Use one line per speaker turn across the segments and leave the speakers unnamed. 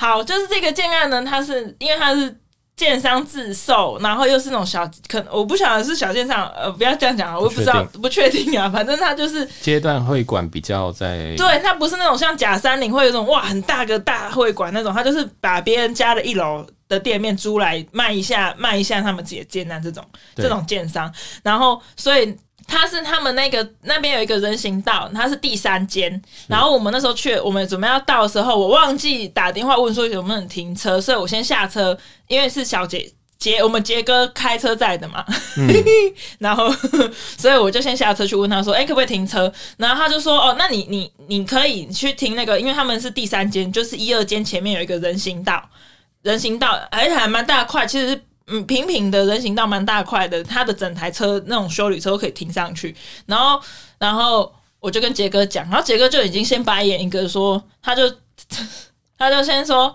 好，就是这个建案呢，它是因为它是建商自售，然后又是那种小，可我不晓得是小建商，呃，不要这样讲啊，我也不知道，不确定啊，反正它就是
阶段会馆比较在
对，它不是那种像假山林会有一种哇很大个大会馆那种，它就是把别人家的一楼的店面租来卖一下，卖一下他们自己的建啊案这种
对
这种建商，然后所以。它是他们那个那边有一个人行道，它是第三间。然后我们那时候去，我们准备要到的时候，我忘记打电话问说有没有人停车，所以我先下车，因为是小杰杰我们杰哥开车载的嘛， 然后所以我就先下车去问他说，哎、可不可以停车？然后他就说，哦，那你你你可以去停那个，因为他们是第三间，就是一二间前面有一个人行道，人行道而且还蛮大块，其实是。嗯，平平的人行道蛮大块的，他的整台车那种修理车都可以停上去。然后，然后我就跟杰哥讲，然后杰哥就已经先白眼一个说，他就 他就先说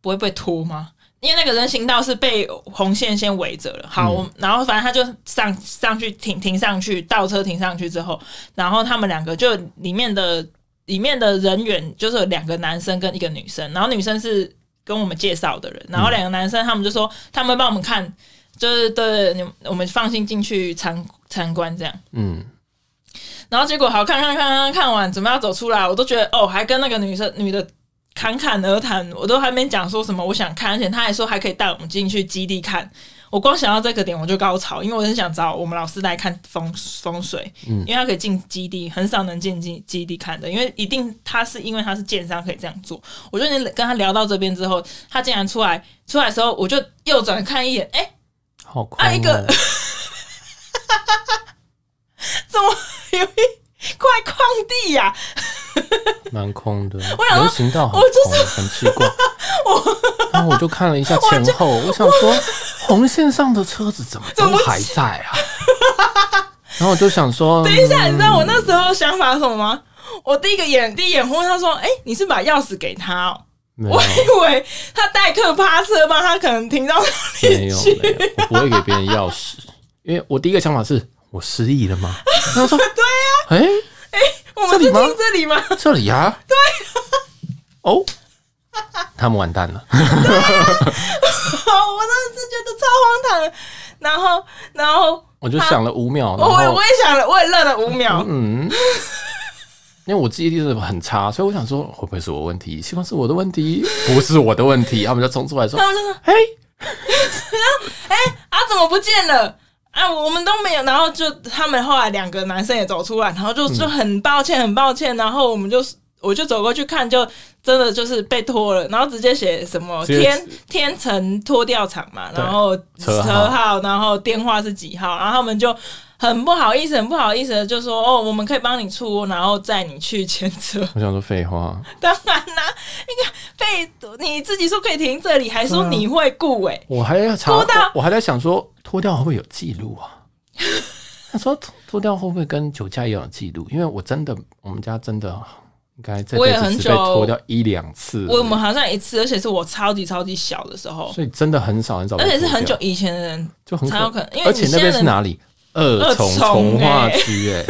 不会被拖吗？因为那个人行道是被红线先围着了。好，我然后反正他就上上去停停上去，倒车停上去之后，然后他们两个就里面的里面的人员就是有两个男生跟一个女生，然后女生是跟我们介绍的人，然后两个男生他们就说他们帮我们看，就是对你们我们放心进去参参观这样。
嗯
然后结果好看看看看看完，准备要走出来，我都觉得哦，还跟那个女生女的侃侃而谈，我都还没讲说什么我想看，而且她还说还可以带我们进去基地看。我光想到这个点我就高潮，因为我很想找我们老师来看风风水，因为他可以进基地，很少能进基基地看的，因为一定他是因为他是建商可以这样做。我就跟他聊到这边之后，他竟然出来出来的时候，我就右转看一眼，哎、
好哦快、
啊一个怎么有一块空地呀、
蛮空的，
想说
人行道 很
我就
空，很奇 怪。然后我就看了一下前后，我想说，红线上的车子怎么都还在 啊？然后我就想说，嗯
等一下，你知道我那时候想法是什么吗？我第一个眼第一眼问他说：“哎、你是把钥匙给他哦、
没有
我以为他代客趴车嘛，他可能停到 哪
没
里
有
去。
没有，我不会给别人钥匙，因为我第一个想法是我失忆了 吗？然后说，对
啊
呀、哎、
我们
这
是
里吗
停这里吗？
这里呀、对，
啊
哦，他们完蛋了，
我真的是觉得超荒唐的。然后，然后
我就想了五秒，然
我也
后
我也想了，我也愣了五秒。
嗯， 因为我记忆力是很差，所以我想说会不会是我问题？希望是我的问题，不是我的问题。他们就冲 出来说
他们就说：“
嘿，
哎、啊，怎么不见了？”啊，我们都没有，然后就他们后来两个男生也走出来，然后就
嗯
就很抱歉，很抱歉，然后我们就我就走过去看，就真的就是被拖了，然后直接写什么
直接
天天成拖吊场嘛，
对
然后
车号
号，然后电话是几号，然后他们就很不好意思，很不好意思的就说哦，我们可以帮你出，然后载你去牵车。
我想说废话，
当然啦、那个被你自己说可以停这里，还
啊
说你会顾哎、
我还在查，
拖
我
到
我还在想说脱掉会不会有记录啊？ 他说脱掉会不会跟酒驾也有记录？因为我真的，我们家真的应该这
我
辈
也很
子只
久
被脱掉一两次，
我们好像一次，而且是我超级超级小的时候，
所以真的很少很少被
而
脱
且
掉，
是很久以前的人。
就很
才有可能因为
而且
你
那边
现在
是哪里？二重
二重
从化
欸
区哎、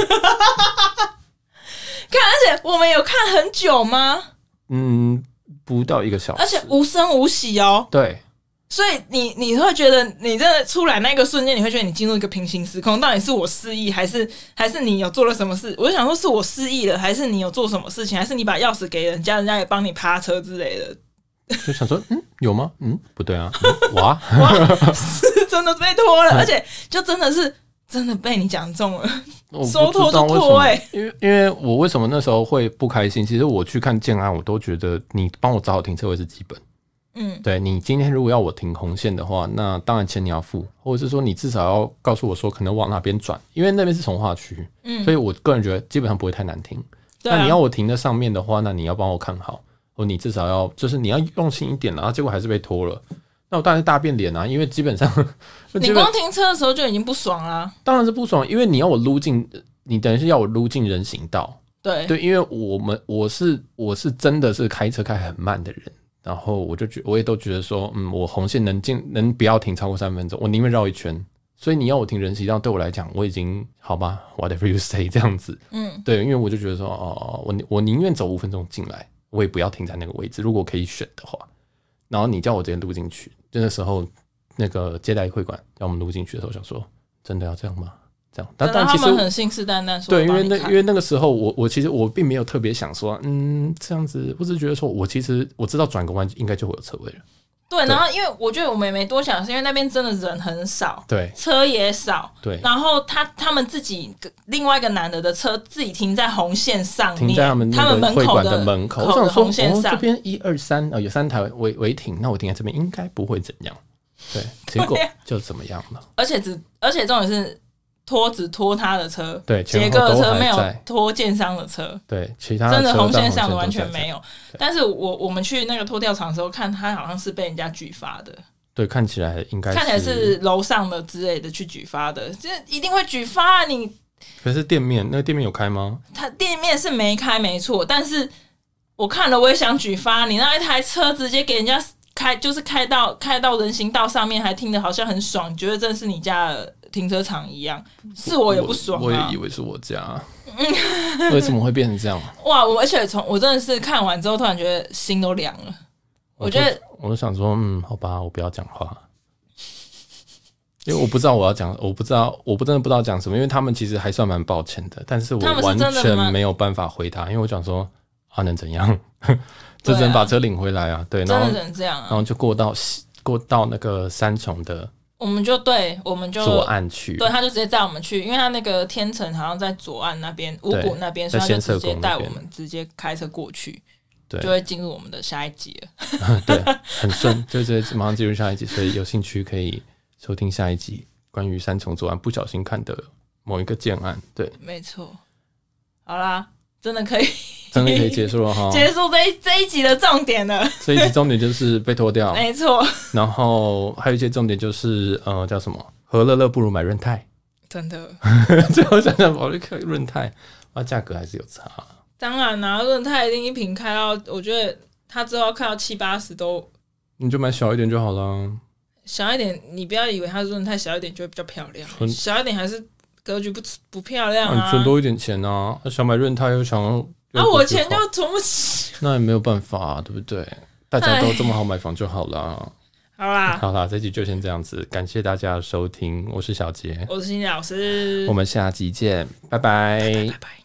看，而且我们有看很久吗？
嗯，不到一个小时，
而且无声无息哦，
对，
所以你你会觉得你真的出来那个瞬间，你会觉得你进入一个平行时空，到底是我失忆，还是还是你有做了什么事？我就想说，是我失忆了，还是你有做什么事情，还是你把钥匙给人家，人家也帮你趴车之类的？
就想说，嗯，有吗？嗯，不对啊，嗯哇，
是真的被拖了，而且就真的是真的被你讲中了。
我不知
说脱
道
就
为什
脱
么
欸
因为因为我为什么那时候会不开心？其实我去看建安，我都觉得你帮我找好停车位是基本。
嗯，
对你今天如果要我停红线的话，那当然钱你要付，或者是说你至少要告诉我说可能往哪边转，因为那边是从化区，
嗯
所以我个人觉得基本上不会太难停。
对
那
啊
你要，我停在上面的话，那你要帮我看好，哦，你至少要就是你要用心一点啦，然啊后结果还是被拖了。那我当然是大变脸啊，因为基本上
你
基本
光停车的时候就已经不爽啦。
当然是不爽，因为你要我撸进，你等于是要我撸进人行道。
对，
对，因为我们我是我是真的是开车开很慢的人，然后我就觉我也都觉得说，嗯，我红线能进能不要停超过三分钟，我宁愿绕一圈。所以你要我停人行道，对我来讲，我已经好吧，whatever you say 这样子。
嗯。
对，因为我就觉得说，哦，哦我我宁愿走五分钟进来，我也不要停在那个位置。如果可以选的话，然后你叫我直接撸进去，就那时候那个接待会馆叫我们撸进去的时候，想说真的要这样吗？这样，但
然
但
后
其
他
实
们很信誓旦旦说
对，因
我
为
帮你
那
看
因为那个时候我我其实我并没有特别想说，嗯，这样子，我只是觉得说我其实我知道转个弯应该就会有车位了，
对，
对
然后因为我觉得我们也没多想，是因为那边真的人很少，
对
车也少，
对，
然后他他们自己另外一个男的的车自己停在红线上面，
停在他们那个
门
会
口
馆的门口。
口
我想
的
说，
红线
哦，
上，
这边一二三啊，有三台违违停，那我停在这边应该不会怎样。 对，结果
对啊
就怎么样了？
而且只而且重点是拖只拖他的车，
对前
杰
后
哥的
都
车
还
没有
在
拖建商的车，
对，其他
真的
车
红
在
线上的
都
完全
在
没有
对。
但是我我们去那个拖吊场的时候，看他好像是被人家举发的，
对，看起来应该
看起来是，楼上的之类的去举发的，这一定会举发、啊、你
可是店面那个店面有开吗？
他店面是没开没错，但是我看了我也想举发你那一台车，直接给人家开，就是开到开到人行道上面，还听得好像很爽，觉得这是你家的停车场一样，是我也不爽
我
啊
也以！为是我家， 为什么会变成这样？
哇，我而且从我真的是看完之后，突然觉得心都凉了。我觉得
我就想说，嗯，好吧，我不要讲话，因为我不知道我要讲，我不知道，我不真的不知道讲什么，因为他们其实还算蛮抱歉的，但是我
他们
完
是真的吗
全没有办法回答，因为我想说啊，能怎样？ 就只能把车领回来啊，对，
啊真
然
的
后
只能这样啊！
然后就过到西过到那个三重的
我们就对，我们就
左岸去，
对，他就直接带我们去，因为他那个天成好像在左岸那边、五
对
谷那边，
在
所以他就
仙社
直接
宫那
带我
边
们直接开车过去，
对
就会进入我们的下一集了。
对，很顺，就直接马上进入下一集，所以有兴趣可以收听下一集关于三重左岸不小心看的某一个建案，对，
没错，好啦，真的可以。
真的可以结束了哈
结束这一、这一集的重点了。
这一集重点就是被脱掉，
没错，
然后还有一些重点就是呃叫什么？和乐乐不如买润泰，
真的，
最后想哦想我就看润泰，啊价格还是有差，
当然啦、论泰一定一瓶开到，我觉得他之后要开到七八十都
你就买小一点就好啦。
小一点。你不要以为它润泰小一点就会比较漂亮，
纯
小一点还是格局不不漂亮
那
啊
你。存多一点钱啊，想买润泰又想要，
啊，
又不
我
是
钱
好
就存不起。
那也没有办法、啊，对不对？大家都这么好买房就好啦。
好啦，
好啦，这集就先这样子，感谢大家的收听，我是小杰，
我是心理老师
我，们下集见，拜拜
拜拜。